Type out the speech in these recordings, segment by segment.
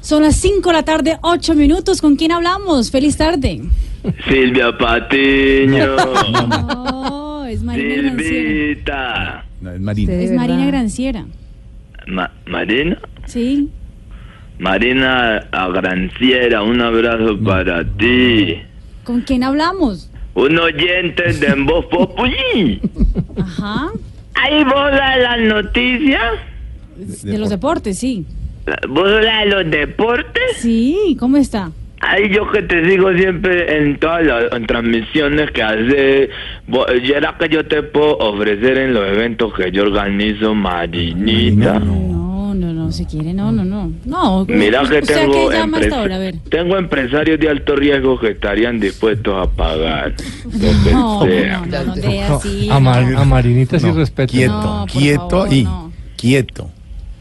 Son las 5 de la tarde, 8 minutos. ¿Con quién hablamos? Feliz tarde. Silvia Patiño. No, Oh, es Marina Granciera. Silvita. No, es Marina. Es Marina Granciera. Ma- Marina. Sí. Marina Agranciera, un abrazo para ti. ¿Con quién hablamos? Un oyente de En Voz Populi. Ajá. ¿Hay bola de las noticias? De los deportes, sí. ¿Bola de los deportes? Sí, ¿cómo está? Ay, yo que te sigo siempre en todas las transmisiones que haces. ¿Será que yo te puedo ofrecer en los eventos que yo organizo, Marinita? No, no, no, si quiere, no, no, no. No, Mira que ¿usted a tengo, qué llama empresa- hasta ahora? A ver. tengo empresarios de alto riesgo que estarían dispuestos a pagar. lo que No, sea. no, no, no, de así. A, Mar- no. a Marinita sí respeto. No, Quieto, por quieto favor, y no. quieto.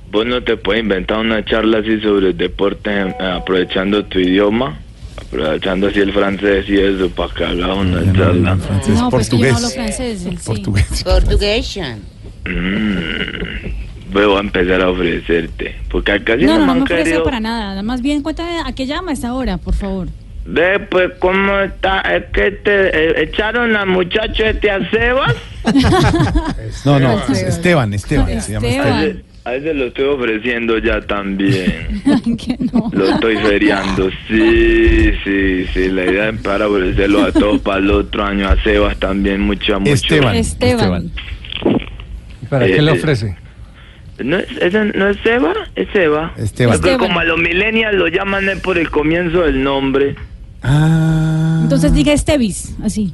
Vos no te puedes inventar una charla así sobre deportes eh, aprovechando tu idioma, aprovechando así el francés y eso para que hagas una charla. Francés, No, pues que yo no portugués. hablo francés, él sí. portugués. Portugués. Voy a empezar a ofrecerte, porque acá sí No, no, no no me me han ofrece querido. para nada. Más bien, cuéntame a qué llama a esta hora, por favor. Ve, pues, ¿cómo está? Es que te eh, echaron a muchacho este a Sebas. No, no, es Esteban, Esteban, se llama Esteban. Esteban. A ese lo estoy ofreciendo ya también. que no. Lo estoy feriando, sí, sí, sí. La idea es para ofrecerlo a todos para el otro año, a Sebas también, mucho, mucho. Esteban. Esteban. ¿Y para Eh, qué le eh. ofrece? ¿No es, ese ¿No es Seba? Es Seba. Esteban. Yo creo que Esteban. como a los millennials lo llaman es por el comienzo del nombre. Ah. Entonces diga Estevis, así.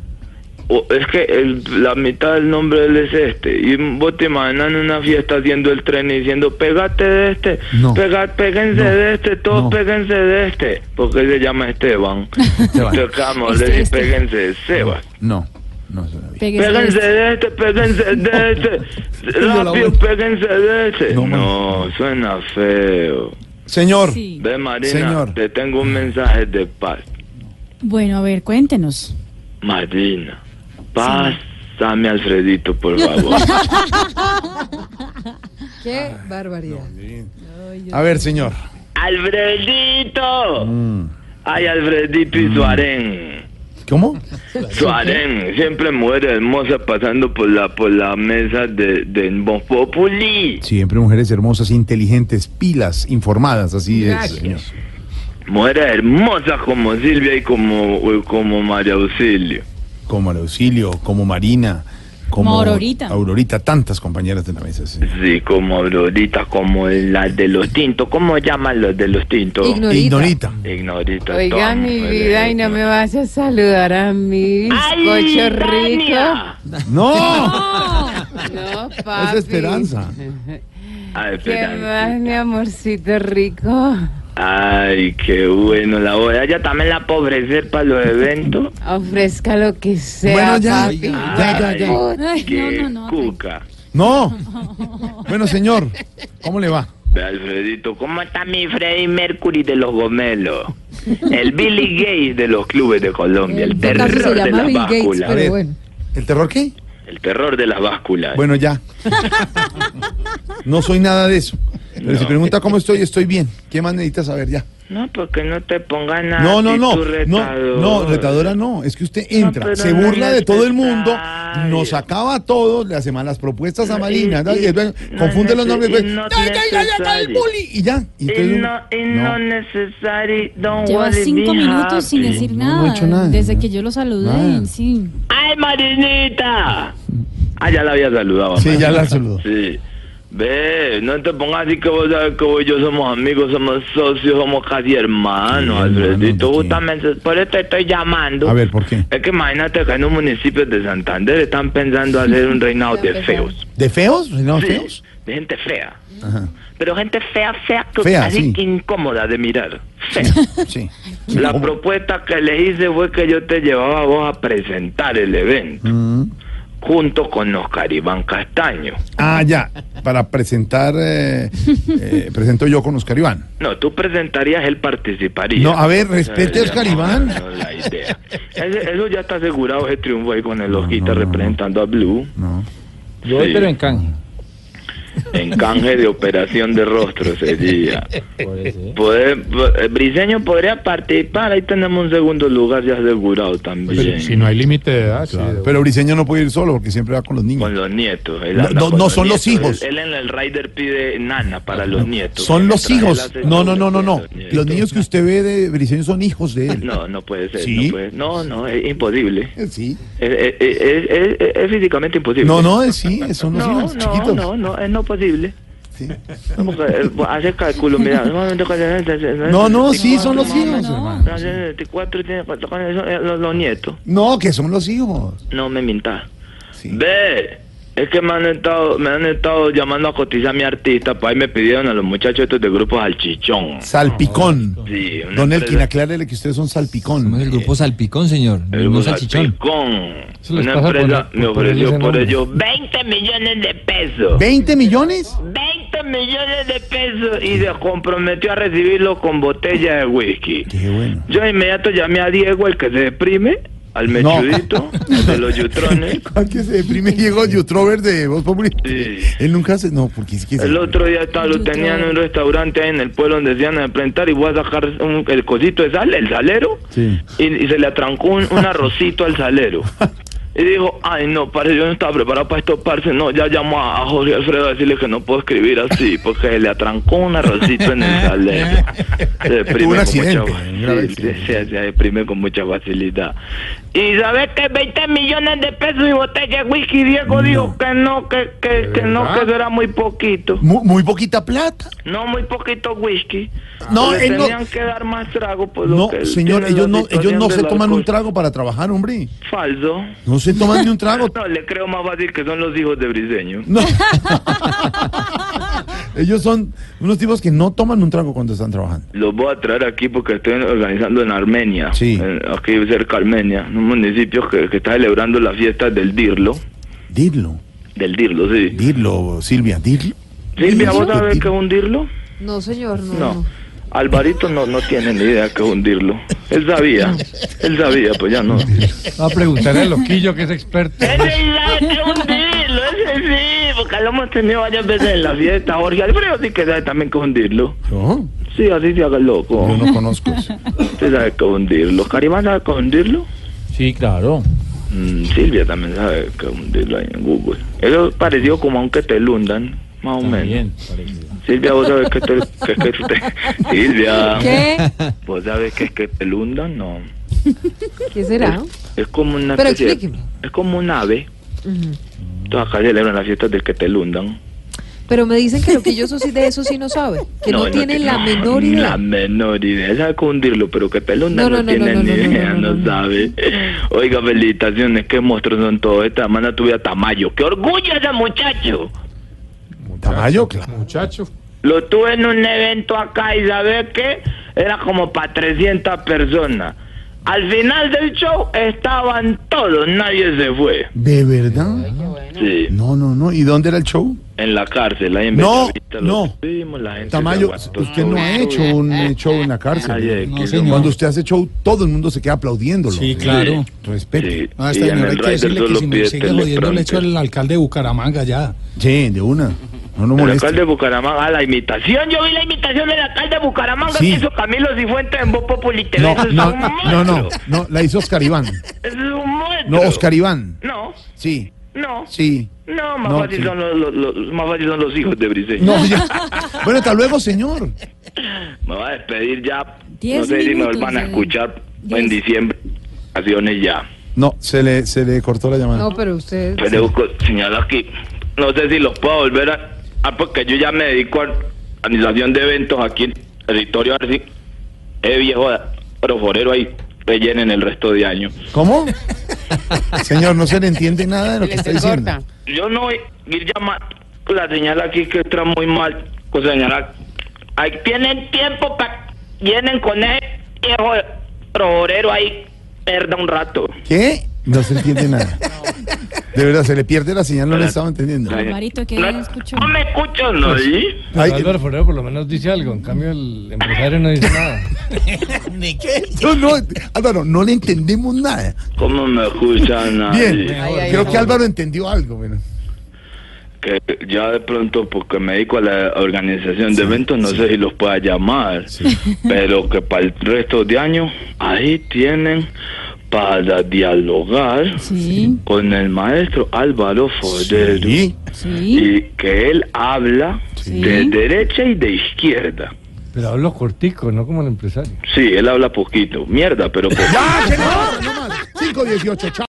O, es que el- la mitad del nombre de él es este. Y vos te imaginas en una fiesta haciendo el tren y diciendo, pegate de este, No. pega- péguense No. de este, todos No. péguense de este. Porque él se llama Esteban. Esteban. Entonces, ¿cómo le Este, dices, este. péguense de Sebas? No, no suena bien. Péguese Péguense este. de este, péguense de este. Rápido, péguense de este. No, man. No, suena feo. Señor. Sí. Ve, Marina, Señor. te tengo un mensaje de paz. Bueno, a ver, cuéntenos. Marina, pásame a Alfredito, por favor. Qué barbaridad. A ver, señor. ¡Alfredito! Mm. Ay, Alfredito y su harén. ¿Cómo? Su harén. Siempre mujeres hermosas pasando por la, por la mesa de, de Voz Populi. Siempre mujeres hermosas, inteligentes, pilas, informadas, así es, señor. Mujeres hermosas como Silvia y como, como María Auxilio. Como Auxilio, como Marina, como Como Aurorita. Aurorita, tantas compañeras de la mesa, sí. Sí, como Aurorita, como las de los tintos. ¿Cómo llaman los de los tintos? Ignorita. Ignorita. Oiga, todas mi mujeres vida, y no me vas a saludar a mi bizcocho rico. Tania! ¡No! Ah, No, papi. Es esperanza. Ay, ¿Qué espera. más, mi amorcito rico? Ay, qué bueno. La voy a ella también la pobrecer para los eventos. Ofrezca lo que sea, Bueno, ya. papi. Ya, ya, ya. Ay, Qué no, no, no. cuca. No. Bueno, señor, ¿cómo le va? Ve, Alfredito, ¿cómo está mi Freddy Mercury de los gomelos? El Billy Gates de los clubes de Colombia. El terror de las básculas. A ver, ¿El terror qué? El terror de las básculas. Bueno, ya. No soy nada de eso. Pero si pregunta cómo estoy, estoy bien. ¿Qué más necesitas saber ya? No, porque no te pongan nada. No, no, no. actitud No, no, retadora no. Es que usted entra, pero se no burla de todo el mundo, necesario. nos acaba a todos, le hace malas propuestas a No, Marina, y- ¿no? Y y- después no confunde los neces- nombres. y pues, no ¡Ya, ya, ya, ya, ya, el necesario. bully! Y ya. Y Y entonces no, y uno- no, necessary, don't Lleva worry, cinco be minutos sin happy. decir No, nada. no he hecho nada. Desde que yo lo saludé, Nada. sí. ¡Ay, Marinita! Ah, ya la había saludado. Sí, Marina. ya la saludó. Sí. Ve, no te pongas así que vos sabes que vos y yo somos amigos, somos socios, somos casi hermanos, Sí, Alfredito. hermano, sí. Justamente por eso te estoy llamando. A ver, ¿por qué? Es que imagínate que en un municipio de Santander están pensando hacer un reinado de feos. ¿De feos? ¿No, feos? De gente fea. Ajá. pero gente fea, fea, que- Fea, así sí. que incómoda de mirar. Fea. Sí. La ¿Cómo? propuesta que le hice fue que yo te llevaba a vos a presentar el evento Mm. junto con Oscar Iván Castaño. Ah, ya. Para presentar, eh, eh, presento yo con Oscar Iván. No, tú presentarías, él participaría. No, a ver, respete a Esa Oscar es la- Iván. no, la idea. Ese- eso ya está asegurado, ese triunfo ahí con el Osquita representando a Blue. Yo voy, Sí. pero en canje. En canje de operación de rostro sería. Por eso. Poder- po- eh, Briseño podría participar, ahí tenemos un segundo lugar ya asegurado también. Si no hay límite de edad, sí, de- Pero Briseño no puede ir solo porque siempre va con los niños. Con los nietos. él No, anda no, con no son los nietos. hijos. Él, él en el Rider pide nana para los nietos. Son Él los trae hijos. las- No, no, no, no, no. nietos. Los niños que usted ve de Briseño son hijos de él. No, no puede ser. Sí. No, puede- no, no, es imposible. Eh, Sí. Es, es- es- es- es- es físicamente imposible. No, no, eh, sí, son los No, hijos no, chiquitos. no, no, es no posible. Sí. Vamos a- eh, Hace el cálculo, mira. No, No, no, sí, son los hijos, hermano. eh, Los los nietos. No, que son los hijos. No me mintas. Sí. Ve, es que me han estado, me han estado llamando a cotizar a mi artista, pues ahí me pidieron a los muchachos estos de grupos al chichón. Salpicón. Sí, una Don empresa- Elkin, aclárele que ustedes son Somos salpicón. el grupo Salpicón, señor. Eh, El no grupo salchichón. Salpicón. Eso les Una pasa por- empresa por me ponerle ese ofreció por nombre. ellos 20 millones de pesos. ¿20 millones? 20 millones de pesos y se comprometió a recibirlo con botella de whisky. Qué bueno. Yo de inmediato llamé a Diego, el que se deprime, al No. mechudito, al de los yutrones. ¿Cuál Ah, que se deprime Diego Yutrover de Voz Populi? Sí. Él nunca se... No, porque es que... se- El otro día estaba, lo tenían en un restaurante ahí en el pueblo donde se iban a enfrentar y voy a sacar un- el cosito de sal, el salero, Sí. y, y se le atrancó un, un arrocito al salero. Y dijo, ay no, parce, yo no estaba preparado para esto, parce, no, ya llamo a, a Jorge Alfredo a decirle que no puedo escribir así, porque se le atrancó un arrocito en el salero. Se deprime Tuvo un con accidente, mucha- un grave sí, accidente. sí, se, se deprime con mucha facilidad. Y sabes que 20 millones de pesos y botella de whisky, Diego dijo que no, que, que, que no, que verdad? eso era muy poquito. Muy, muy poquita plata. No, muy poquito whisky. No, Le él no- tenían que dar más trago por lo No, que señor, tiene ellos la no, ellos situación no del se toman un alcohol. trago para trabajar, hombre. Falso. No se toman ni un trago. No, le creo más fácil que son los hijos de Briseño. No. ellos son unos tipos que no toman un trago cuando están trabajando. Los voy a traer aquí porque estoy organizando en Armenia. Sí. en- aquí cerca de Armenia, en un municipio que, que está celebrando las fiestas del Dirlo. Dirlo, Del Dirlo, sí. dirlo, Silvia, dirlo. Silvia, Dirlo. ¿vos sabés qué es un Dirlo? No, señor, no. No. Alvarito no, no tiene ni idea qué es un Dirlo. Él sabía. Él sabía, pues ya no. Va a preguntarle al loquillo que es experto. Es verdad, es un dirlo, ese sí, porque lo hemos tenido varias veces en la fiesta, Jorge Alfredo sí que sabe también que es un dirlo. Yo, Sí, así se haga el loco. yo no conozco eso. Usted sabe que es un dirlo. Carimán sabe que es un dirlo. Sí, claro. Mm, Silvia también sabe que es un dirlo ahí en Google. Eso es parecido como aunque te lundan, más o menos. Bien, parecido. Silvia, vos sabes que, te, que, que te- Silvia, ¿Qué? vos sabes que es que te lundan, no. ¿Qué será? Es como una Pero especie de- explíqueme. Es como un ave. Todas acá celebran las fiestas del que te lundan. Pero me dicen que lo que yo sí de eso sí no sabe. Que no, tienen tiene- la no, menor La idea. menor idea. Sabe cómo hundirlo, pero que pelona No, no, no, no, tiene no, no, ni no, no, idea, no, no, no, no. sabe. Oiga, felicitaciones, qué monstruos son todos. Esta semana tuve a Tamayo. ¡Qué orgullo ese muchacho! Tamayo, claro. muchacho. Lo tuve en un evento acá y ¿sabes qué? Era como para 300 personas. Al final del show estaban todos, nadie se fue. ¿De verdad? Sí, No, no, no. ¿Y dónde era el show? en la cárcel, ahí en No, Bellavista no. lo tuvimos, la gente se Tamayo, aguantó usted no todo. ha hecho un eh, show en la Nadie cárcel. de No, Quilmes. señor. Cuando usted hace show, todo el mundo se queda aplaudiéndolo. Sí, claro. Respete. Sí, Ah, y esta en señora el hay que Rider decirle solo que si pide me sigue jodiendo le echo teleprompter. al alcalde de Bucaramanga ya. Sí, de una. No lo El moleste. alcalde de Bucaramanga, ah, la imitación, yo vi la imitación del alcalde de Bucaramanga Sí. que hizo Camilo Cifuentes en Voz Populi TV. No, Eso es no, un no, no, monstruo. no, la hizo Oscar Iván. Eso es un monstruo. No, Oscar Iván. No, Sí, no, sí. no, más, No, fácil sí. son los, los- los- más fácil son los hijos de Briseño. No, ya. Bueno, hasta luego, señor. Me va a despedir ya. No Diez sé si me minutos, vuelvan a ya. escuchar en Diez. diciembre. Acciones ya. No, se le, se le cortó la llamada. No, pero usted. Pero busco señalar aquí. No sé si los puedo volver a. Ah, porque yo ya me dedico a organización de eventos aquí en el territorio. Así. Es viejo, pero forero ahí. Rellenen el resto de año. ¿Cómo? Señor, no se le entiende nada de lo que Le está se diciendo. corta. Yo no voy a ir llamando la señal aquí que está muy mal. Pues señora, ahí tienen tiempo para vienen con ese viejo proborero ahí, perda un rato. ¿Qué? No se entiende nada. De verdad, se le pierde la señal, no le estaba entendiendo. Alvarito, ¿qué No, escuchó? Pues no me escuchas, ¿no? ¿Sí? Ay, eh, Pero Álvaro Forero por lo menos dice algo, en cambio el empresario no dice nada. no, no, Álvaro, no le entendemos nada. ¿Cómo me escuchan? nadie? Bien, creo que Álvaro entendió algo. Bueno. que ya de pronto porque me dedico a la organización de eventos no sé si los pueda llamar pero que para el resto de año ahí tienen para dialogar Sí, con el maestro Álvaro Forero sí. y que él habla Sí. de derecha y de izquierda Pero hablo cortico, no como el empresario. sí él habla poquito mierda pero poquito. ¡Ah, que no! 518, chao.